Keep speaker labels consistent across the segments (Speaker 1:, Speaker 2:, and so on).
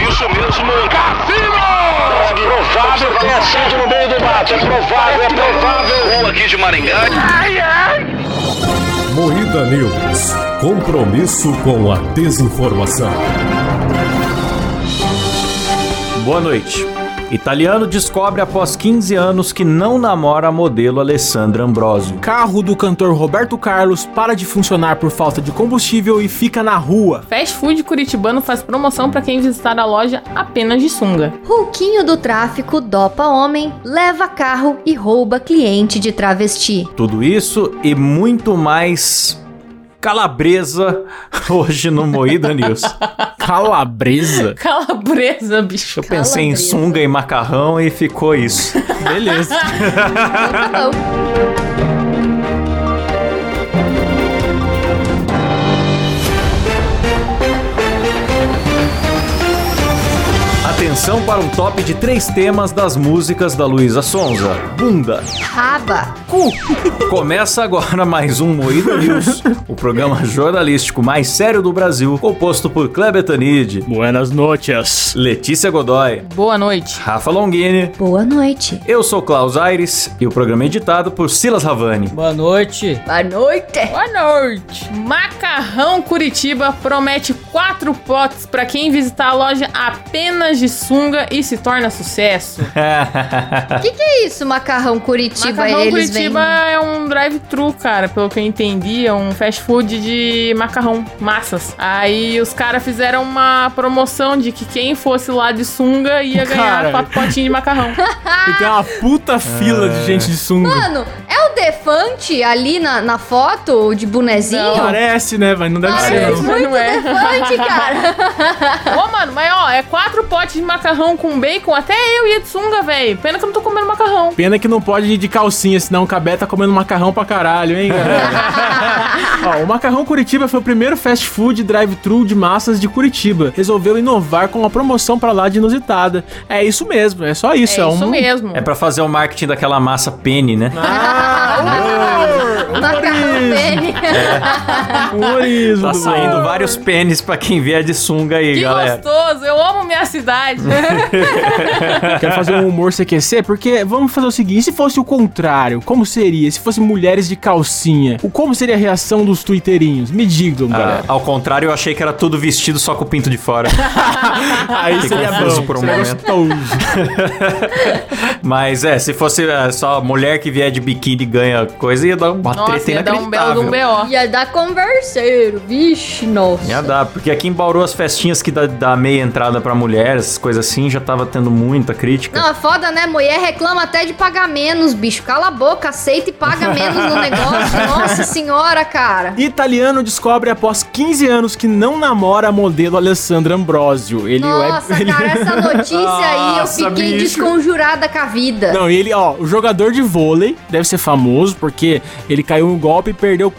Speaker 1: Cassino! Cassino! É provável que tenha sido no meio do mato. É provável, é provável. Rua aqui de Maringá. Ai, ai.
Speaker 2: Moída News. Compromisso com a desinformação.
Speaker 3: Boa noite. Italiano descobre após 15 anos que não namora a modelo Alessandra Ambrosio.
Speaker 4: Carro do cantor Roberto Carlos para de funcionar por falta de combustível e fica na rua.
Speaker 5: Fast food curitibano faz promoção para quem visitar a loja apenas de sunga.
Speaker 6: Hulquinho do tráfico dopa homem, leva carro e rouba cliente de travesti.
Speaker 3: Tudo isso e muito mais calabresa hoje no Moída News.
Speaker 4: Calabresa?
Speaker 5: Calabresa, bicho.
Speaker 3: Eu pensei em sunga e macarrão e ficou isso.
Speaker 4: Beleza.
Speaker 6: Tá bom.
Speaker 3: Atenção para um top de três temas das músicas da Luísa Sonza. Bunda.
Speaker 6: Raba.
Speaker 3: Cu. Começa agora mais um Moída News, o programa jornalístico mais sério do Brasil, composto por Kleber Tanid,
Speaker 4: Buenas noches.
Speaker 3: Letícia Godoy,
Speaker 5: Boa noite.
Speaker 3: Rafa Longini.
Speaker 6: Boa noite.
Speaker 3: Eu sou Klaus Aires e o programa é editado por Silas Ravani.
Speaker 7: Boa noite.
Speaker 6: Boa noite.
Speaker 5: Boa noite. Macarrão Curitiba promete quatro potes para quem visitar a loja apenas de sunga e se torna sucesso.
Speaker 6: O que, que é isso, macarrão Curitiba?
Speaker 5: macarrão
Speaker 6: Eles
Speaker 5: Curitiba
Speaker 6: vendem-
Speaker 5: é um drive-thru, cara, pelo que eu entendi, é um fast food de macarrão, massas. Aí os caras fizeram uma promoção de que quem fosse lá de sunga ia ganhar
Speaker 4: Cara.
Speaker 5: quatro potinhos de macarrão.
Speaker 4: E tem uma puta fila de gente de sunga.
Speaker 6: Mano, é o Defante ali na, na foto de bonezinho? Ah,
Speaker 5: Não,
Speaker 4: Parece, né, mas não deve ser,
Speaker 5: Parece.
Speaker 4: não.
Speaker 6: muito
Speaker 5: Não é.
Speaker 6: Defante, cara.
Speaker 5: Ô, mano, mas ó, é quatro potes de macarrão com bacon, até eu ia de sunga, velho. Pena que eu não tô comendo macarrão.
Speaker 4: Pena que não pode ir de calcinha, senão o Cabé tá comendo macarrão pra caralho, hein, galera? Ó, o Macarrão Curitiba foi o primeiro fast food drive-thru de massas de Curitiba. Resolveu inovar com uma promoção pra lá de inusitada. É isso mesmo, é só isso.
Speaker 5: é
Speaker 4: um-
Speaker 5: isso mesmo.
Speaker 3: É pra fazer o marketing daquela massa pene, né?
Speaker 5: Ah,
Speaker 6: Macarrão pene.
Speaker 4: Um humorismo.
Speaker 3: Tá
Speaker 4: do-
Speaker 3: saindo vários pênis pra quem vier de sunga aí,
Speaker 5: que
Speaker 3: galera.
Speaker 5: gostoso, eu amo minha cidade.
Speaker 4: Quero fazer um humor CQC, porque vamos fazer o seguinte: se fosse o contrário, como seria? Se fosse mulheres de calcinha, o como seria a reação dos twitteirinhos? Me digam,
Speaker 3: Ah,
Speaker 4: galera.
Speaker 3: ao contrário, eu achei que era tudo vestido só com o pinto de fora.
Speaker 4: Aí
Speaker 3: Fiquei confuso por um
Speaker 4: seria
Speaker 3: momento.
Speaker 4: gostoso.
Speaker 3: Mas é, se fosse é, só mulher que vier de biquíni ganha coisa, ia dar uma
Speaker 5: Nossa,
Speaker 3: treta
Speaker 5: ia dar um belo de
Speaker 3: inacreditável.
Speaker 5: um B.O.
Speaker 6: Ia dar converseiro. Vixe, nossa.
Speaker 3: Ia dar, porque aqui em Bauru as festinhas que dá, dá meia entrada pra mulher, essas coisas assim, já tava tendo muita crítica.
Speaker 6: Não, é foda, né? Mulher reclama até de pagar menos, bicho. Cala a boca, aceita e paga menos no negócio. Nossa senhora, cara.
Speaker 4: Italiano descobre após 15 anos que não namora a modelo Alessandra Ambrosio. Ele é-
Speaker 6: Nossa,
Speaker 4: ele-
Speaker 6: cara, essa notícia aí eu
Speaker 3: é- Nossa,
Speaker 6: fiquei
Speaker 3: bicho.
Speaker 6: desconjurada com a vida.
Speaker 4: Não, ele, ó, o jogador de vôlei deve ser famoso porque ele caiu no golpe e perdeu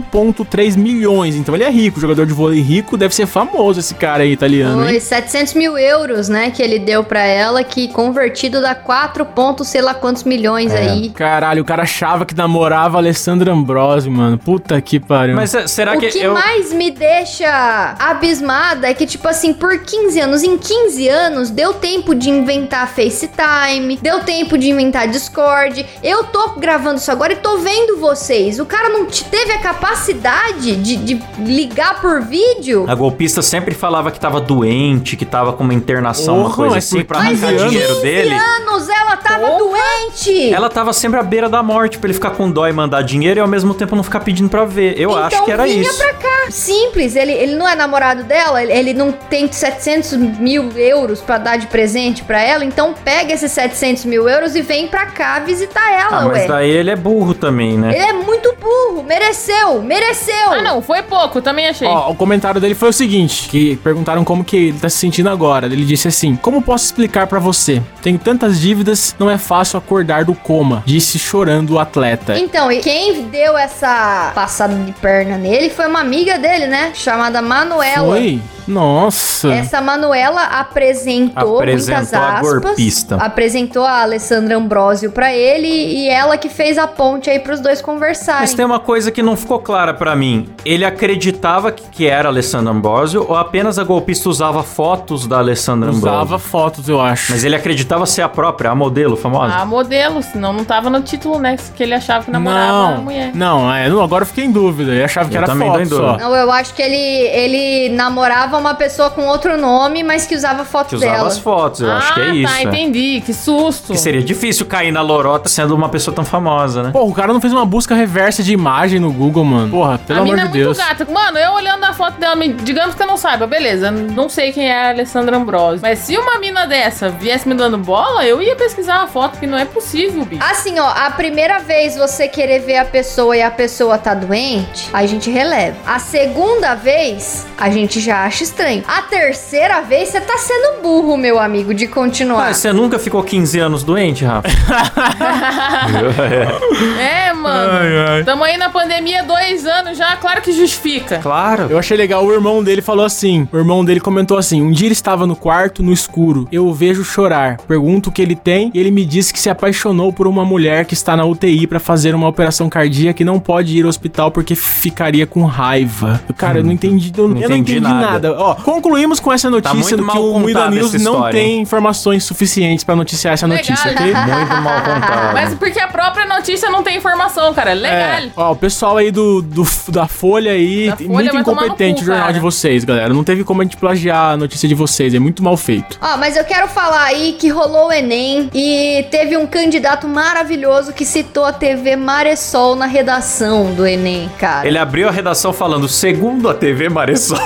Speaker 4: 4,3 milhões. Então ele é rico, jogador de vôlei rico, deve ser famoso esse cara aí italiano, hein?
Speaker 6: Foi 700 mil euros, né, que ele deu pra ela, que convertido dá 4 pontos, sei lá quantos milhões
Speaker 3: É.
Speaker 6: aí.
Speaker 4: Caralho, o cara achava que namorava a Alessandra Ambrosio, mano. Puta que pariu.
Speaker 3: Mas é, será
Speaker 6: O
Speaker 3: que,
Speaker 6: que
Speaker 3: eu.
Speaker 6: mais me deixa abismada é que, tipo assim, por 15 anos, em 15 anos, deu tempo de inventar FaceTime, deu tempo de inventar Discord. Eu tô gravando isso agora e tô vendo vocês. O cara não te- teve a capacidade de, de ligar por vídeo?
Speaker 3: A golpista sempre falava que tava doente, que tava com uma internação, uma
Speaker 4: Porra,
Speaker 3: coisa
Speaker 4: mas
Speaker 3: assim,
Speaker 4: por
Speaker 3: pra
Speaker 4: 15
Speaker 3: arrancar
Speaker 4: anos?
Speaker 3: dinheiro dele.
Speaker 6: Anos, ela tava doente!
Speaker 3: Ela tava sempre à beira da morte, pra ele ficar com dó e mandar dinheiro e ao mesmo tempo não ficar pedindo pra ver. Eu acho que era
Speaker 6: Então vinha
Speaker 3: isso.
Speaker 6: pra cá. Simples, ele, ele não é namorado dela, ele, ele não tem 700 mil euros pra dar de presente pra ela, então pega esses 700 mil euros e vem pra cá visitar ela,
Speaker 3: Ah, mas
Speaker 6: ué.
Speaker 3: daí ele é burro também, né?
Speaker 6: Ele é muito burro, mereceu, mereceu.
Speaker 5: Ah, não, foi pouco, também achei.
Speaker 4: Ó, o comentário dele foi o seguinte, que perguntaram como que ele tá se sentindo agora. Ele disse assim: "Como posso explicar pra você? Tenho tantas dívidas, não é fácil acordar do coma", disse chorando o atleta.
Speaker 6: Então, e quem deu essa passada de perna nele foi uma amiga dele, né? Chamada Manuela.
Speaker 4: Foi? Nossa.
Speaker 5: É.
Speaker 6: Essa Manuela apresentou,
Speaker 3: Apresentou
Speaker 6: muitas
Speaker 3: a
Speaker 6: aspas.
Speaker 3: golpista.
Speaker 6: Apresentou a Alessandra Ambrosio pra ele e ela que fez a ponte aí pros dois conversarem.
Speaker 3: Mas tem uma coisa que não ficou clara pra mim. Ele acreditava que, que era Alessandra Ambrosio ou apenas a golpista usava fotos da Alessandra Ambrosio?
Speaker 4: Usava fotos, eu acho.
Speaker 3: Mas ele acreditava ser a própria, a modelo famosa?
Speaker 5: A Ah, modelo, senão não tava no título, né? Que ele achava que namorava a
Speaker 4: não,
Speaker 5: mulher.
Speaker 4: não, é, não, agora eu fiquei em dúvida. Eu achava que
Speaker 3: Eu
Speaker 4: era
Speaker 3: também tô em
Speaker 4: foto só.
Speaker 3: dúvida.
Speaker 6: Não, eu acho que ele, ele namorava uma pessoa com outro nome, mas que usava foto
Speaker 3: que usava
Speaker 6: dela.
Speaker 3: as fotos, eu
Speaker 5: ah,
Speaker 3: acho que é isso.
Speaker 5: tá,
Speaker 3: é.
Speaker 5: entendi. Que susto.
Speaker 3: Que seria difícil cair na lorota sendo uma pessoa tão famosa, né?
Speaker 4: Pô, o cara não fez uma busca reversa de imagem no Google, mano. Porra, pelo
Speaker 5: a
Speaker 4: amor
Speaker 5: mina
Speaker 4: de
Speaker 5: é muito
Speaker 4: Deus.
Speaker 5: gata. Mano, eu olhando a foto dela, me- digamos que eu não saiba, beleza. Não sei quem é a Alessandra Ambrosio. Mas se uma mina dessa viesse me dando bola, eu ia pesquisar a foto, que não é possível, bicho.
Speaker 6: Assim, ó, a primeira vez você querer ver a pessoa e a pessoa tá doente, a gente releva. A segunda vez, a gente já acha estranho. A terceira vez, você tá sendo burro, meu amigo, de continuar.
Speaker 3: Ah, você nunca ficou 15 anos doente, Rafa?
Speaker 6: Ah.
Speaker 5: É, mano.
Speaker 4: Ai, ai.
Speaker 5: Tamo aí na pandemia dois anos já, claro que justifica.
Speaker 3: Claro.
Speaker 4: Eu achei legal, o irmão dele falou assim. O irmão dele comentou assim: um dia ele estava no quarto, no escuro. Eu o vejo chorar. Pergunto o que ele tem, e ele me disse que se apaixonou por uma mulher que está na UTI pra fazer uma operação cardíaca e não pode ir ao hospital porque ficaria com raiva. Cara, eu não entendi. Eu não, eu não entendi
Speaker 3: Hum. entendi
Speaker 4: nada.
Speaker 3: nada. Tá
Speaker 4: Ó, concluímos com essa notícia
Speaker 3: muito
Speaker 4: do que
Speaker 3: mal
Speaker 4: o Muida
Speaker 3: contada
Speaker 4: News
Speaker 3: essa
Speaker 4: não
Speaker 3: história,
Speaker 4: tem informações suficientes pra noticiar essa
Speaker 5: Legal.
Speaker 4: notícia, ok?
Speaker 3: Muito mal
Speaker 6: Ah.
Speaker 3: contado.
Speaker 5: Mas porque a própria notícia não tem informação, cara. Legal.
Speaker 4: É, ó, o pessoal aí do, do- da Folha aí,
Speaker 5: Da Folha
Speaker 4: muito
Speaker 5: vai tomar no
Speaker 4: incompetente
Speaker 5: cu,
Speaker 4: o jornal
Speaker 5: cara.
Speaker 4: de vocês, galera. Não teve como a gente plagiar a notícia de vocês, é muito mal feito.
Speaker 6: Ó, mas eu quero falar aí que rolou o Enem e teve um candidato maravilhoso que citou a TV Maresol na redação do Enem, cara.
Speaker 3: Ele abriu a redação falando, segundo a TV Maresol.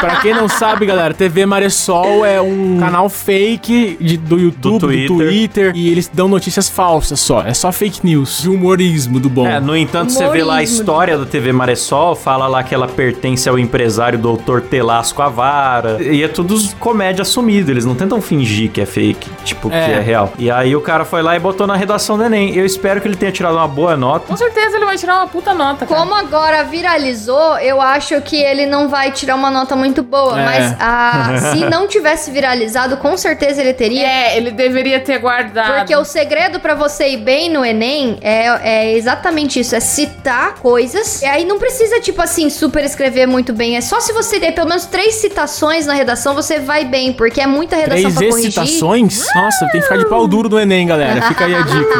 Speaker 4: pra quem não sabe, galera, TV Maresol é um canal fake de- do YouTube, do Twitter.
Speaker 3: Twitter.
Speaker 4: e eles dão notícias falsas só. É só fake news, de humorismo do bom.
Speaker 3: É, no entanto, você vê lá a
Speaker 6: Humorismo.
Speaker 3: história da TV Maresol, fala lá que ela pertence ao empresário doutor Telasco Avara. E é tudo comédia assumido, eles não tentam fingir que é fake, tipo, que
Speaker 4: É.
Speaker 3: é real. E aí o cara foi lá e botou na redação do Enem. Eu espero que ele tenha tirado uma boa nota.
Speaker 5: Com certeza ele vai tirar uma puta nota, cara.
Speaker 6: Como agora viralizou, eu acho que ele não vai tirar uma nota muito boa,
Speaker 4: É.
Speaker 6: mas ah, se não tivesse viralizado, com certeza ele teria.
Speaker 5: É, ele deveria ter guardado.
Speaker 6: Porque o segredo pra você ir bem no Enem é, é exatamente isso: é citar coisas. E aí não precisa, tipo assim, super escrever muito bem. É só se você der pelo menos três citações na redação, você vai bem, porque é muita redação
Speaker 4: Três
Speaker 6: pra corrigir.
Speaker 4: excitações? Nossa, tem que ficar de pau duro no Enem, galera. Fica aí a dica.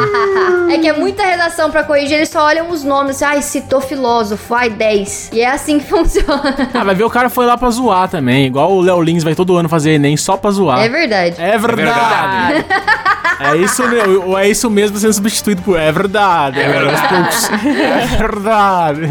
Speaker 6: É que é muita redação pra corrigir, eles só olham os nomes. assim, Ai, citou filósofo, ai, 10. E é assim que funciona.
Speaker 4: Ah, vai ver o cara foi lá pra zoar também. Igual o Léo Lins vai todo ano fazer Enem só pra zoar.
Speaker 6: É verdade.
Speaker 4: É verdade.
Speaker 5: Ah,
Speaker 4: É isso, meu, ou é isso mesmo sendo substituído por. É verdade. É verdade. É verdade.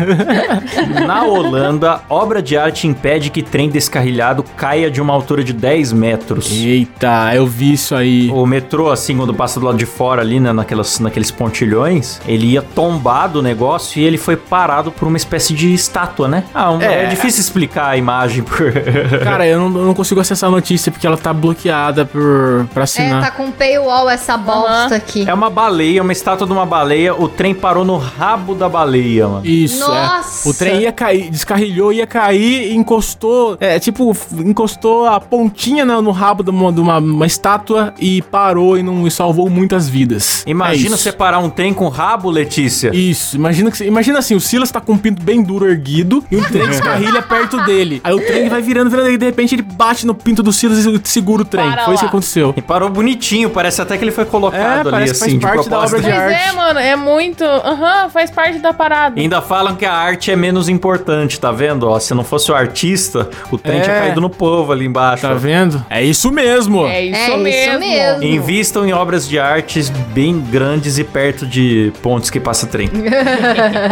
Speaker 3: Na Holanda, obra de arte impede que trem descarrilhado caia de uma altura de 10 metros.
Speaker 4: Eita, eu vi isso aí.
Speaker 3: O metrô, assim, quando passa do lado de fora ali, né, naquelas, naqueles pontilhões, ele ia tombar do negócio e ele foi parado por uma espécie de estátua, né? Ah, um- é, difícil explicar a imagem por...
Speaker 4: Cara, eu não, eu não consigo acessar a notícia porque ela tá bloqueada por, pra
Speaker 6: É,
Speaker 4: assinar.
Speaker 6: tá com paywall essa bosta aqui.
Speaker 3: é uma baleia, uma estátua de uma baleia, o trem parou no rabo da baleia, mano.
Speaker 4: Isso,
Speaker 6: Nossa!
Speaker 4: é. O trem ia cair, descarrilhou, ia cair, e encostou. É, tipo, f- encostou a pontinha na- no rabo de uma, de uma- uma estátua e parou e, não, e salvou muitas vidas.
Speaker 3: Imagina
Speaker 4: é isso.
Speaker 3: você parar um trem com rabo, Letícia.
Speaker 4: Isso, imagina, que, você- imagina assim, o Silas tá com um pinto bem duro erguido e um trem descarrilha perto dele. Aí o trem vai virando, virando, e de repente ele bate no pinto do Silas e segura o trem.
Speaker 5: Para
Speaker 4: Foi isso que
Speaker 5: lá.
Speaker 4: aconteceu.
Speaker 3: E parou bonitinho, parece até que ele foi
Speaker 4: É,
Speaker 3: colocado ali,
Speaker 4: parece que faz
Speaker 3: assim, de
Speaker 4: parte da obra
Speaker 3: propósito.
Speaker 5: pois
Speaker 4: de arte.
Speaker 5: é, mano, é muito. Aham, faz parte da parada.
Speaker 4: Então,
Speaker 3: E Ainda falam que a arte é menos importante, tá vendo? Ó, se não fosse o artista, o trem
Speaker 4: É.
Speaker 3: tinha caído no povo ali embaixo.
Speaker 4: Tá
Speaker 3: ó.
Speaker 4: vendo? É isso mesmo.
Speaker 5: É isso,
Speaker 6: É isso
Speaker 5: mesmo.
Speaker 6: mesmo.
Speaker 3: Invistam em obras de artes bem grandes e perto de pontes que passa trem.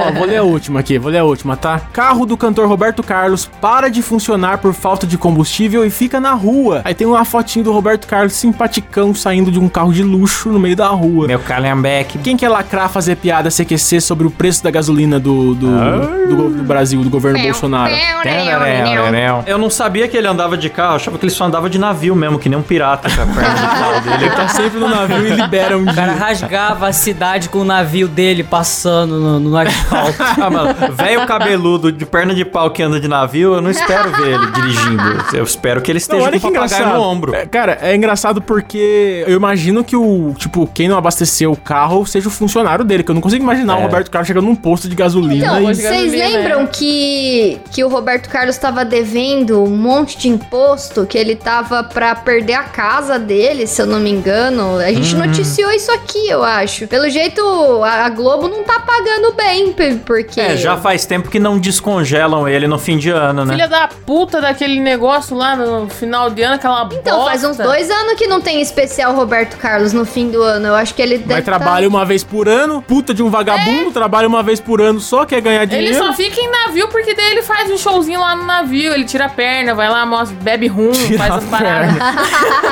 Speaker 4: Ó, vou ler a última aqui, vou ler a última, tá? Carro do cantor Roberto Carlos para de funcionar por falta de combustível e fica na rua. Aí tem uma fotinho do Roberto Carlos simpaticão saindo de um carro de luxo no meio da rua.
Speaker 3: Meu calhambeque.
Speaker 4: Quem quer lacrar, fazer piada, se aquecer sobre o preço da gasolina do, do, do, go- do Brasil, do governo Bolsonaro?
Speaker 3: Eu não sabia que ele andava de carro, eu achava que ele só andava de navio mesmo, que nem um pirata com a perna de pau dele.
Speaker 4: Ele tá sempre no navio e libera um
Speaker 7: O cara
Speaker 4: dia.
Speaker 7: rasgava a cidade com o navio dele passando no, no asfalto.
Speaker 3: Ah, mano, velho cabeludo de perna de pau que anda de navio, eu não espero ver ele dirigindo. Eu espero que ele
Speaker 4: Não,
Speaker 3: esteja com o papagaio no ombro.
Speaker 4: É, cara, é engraçado porque eu imagino que o, tipo, quem não abasteceu o carro seja o funcionário dele, que eu não consigo imaginar o
Speaker 3: É.
Speaker 4: Roberto Carlos chegando num posto de gasolina
Speaker 6: Então,
Speaker 4: e...
Speaker 5: hoje-
Speaker 6: vocês
Speaker 5: gasolina,
Speaker 6: lembram
Speaker 5: é.
Speaker 6: que, que o Roberto Carlos estava devendo um monte de imposto, que ele tava pra perder a casa dele, se eu não me engano? A gente noticiou isso aqui, eu acho. Pelo jeito, a a Globo não tá pagando bem, pe- porque...
Speaker 3: É, já faz tempo que não descongelam ele no fim de ano, né?
Speaker 5: Filha da puta daquele negócio lá no final de ano, aquela
Speaker 6: Então, faz uns dois anos que não tem especial Roberto Carlos no fim do ano. Eu acho que ele tá
Speaker 4: Mas
Speaker 5: tá
Speaker 4: trabalha uma vez por ano, puta de um vagabundo, trabalha uma vez por ano, só quer ganhar dinheiro.
Speaker 5: É. Ele só fica em navio porque daí ele faz um showzinho lá no navio. Ele tira a perna, vai lá, mostra, bebe rum, faz as paradas.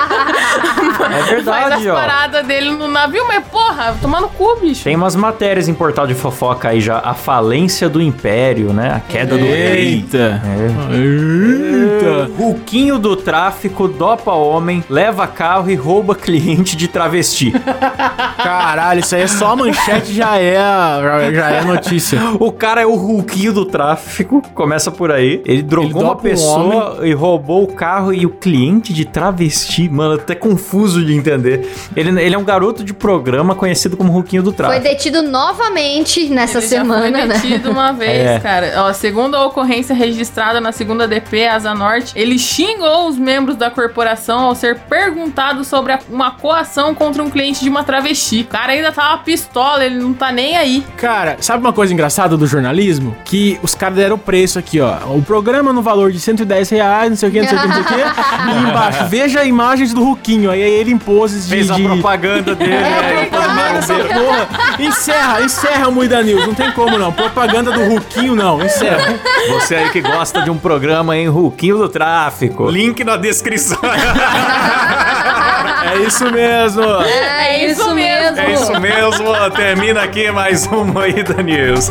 Speaker 3: É
Speaker 5: faz as
Speaker 3: verdade, ó.
Speaker 5: paradas dele no navio, mas porra, tomando cu, bicho.
Speaker 3: Tem umas matérias em portal de fofoca aí já. A falência do império, né? A queda do rei.
Speaker 4: Eita! Eita!
Speaker 3: Ruquinho do tráfico dopa homem, leva carro e rouba cliente de travesti.
Speaker 4: Caralho, isso aí é só a manchete, já é, a- já é a notícia.
Speaker 3: o cara é o Ruquinho do tráfico, começa por aí. Ele drogou uma
Speaker 4: dopa um
Speaker 3: pessoa e roubou o carro e o cliente de travesti. Mano, até confuso de entender. Ele, ele é um garoto de programa conhecido como Ruquinho do
Speaker 6: Foi
Speaker 3: tráfico.
Speaker 6: detido novamente nessa
Speaker 5: Ele
Speaker 6: semana,
Speaker 5: já foi
Speaker 6: né?
Speaker 5: detido uma vez,
Speaker 3: É.
Speaker 5: cara. Ó, segundo a ocorrência registrada na segunda DP, Asa Norte, ele xingou os membros da corporação ao ser perguntado sobre a- uma coação contra um cliente de uma travesti. O cara ainda tava pistola, ele não tá nem aí.
Speaker 4: Cara, sabe uma coisa engraçada do jornalismo? Que os caras deram o preço aqui, ó. O programa no valor de 110 reais, não sei o que, não sei o que, não sei o que. E embaixo, veja imagens do Ruquinho. Aí ele impôs de...
Speaker 3: Fez a
Speaker 4: de- É,
Speaker 3: propaganda dele. né? Ele foi
Speaker 4: Propaganda dessa
Speaker 3: marombeiro.
Speaker 4: porra. Encerra, encerra, Muida News. Não tem como, não. Propaganda do Ruquinho, não. Encerra.
Speaker 3: Você aí que gosta de um programa, hein? Ruquinho do Tráfico. Link na descrição.
Speaker 4: É isso mesmo.
Speaker 6: É isso mesmo.
Speaker 3: mesmo. Termina aqui mais um Moída News.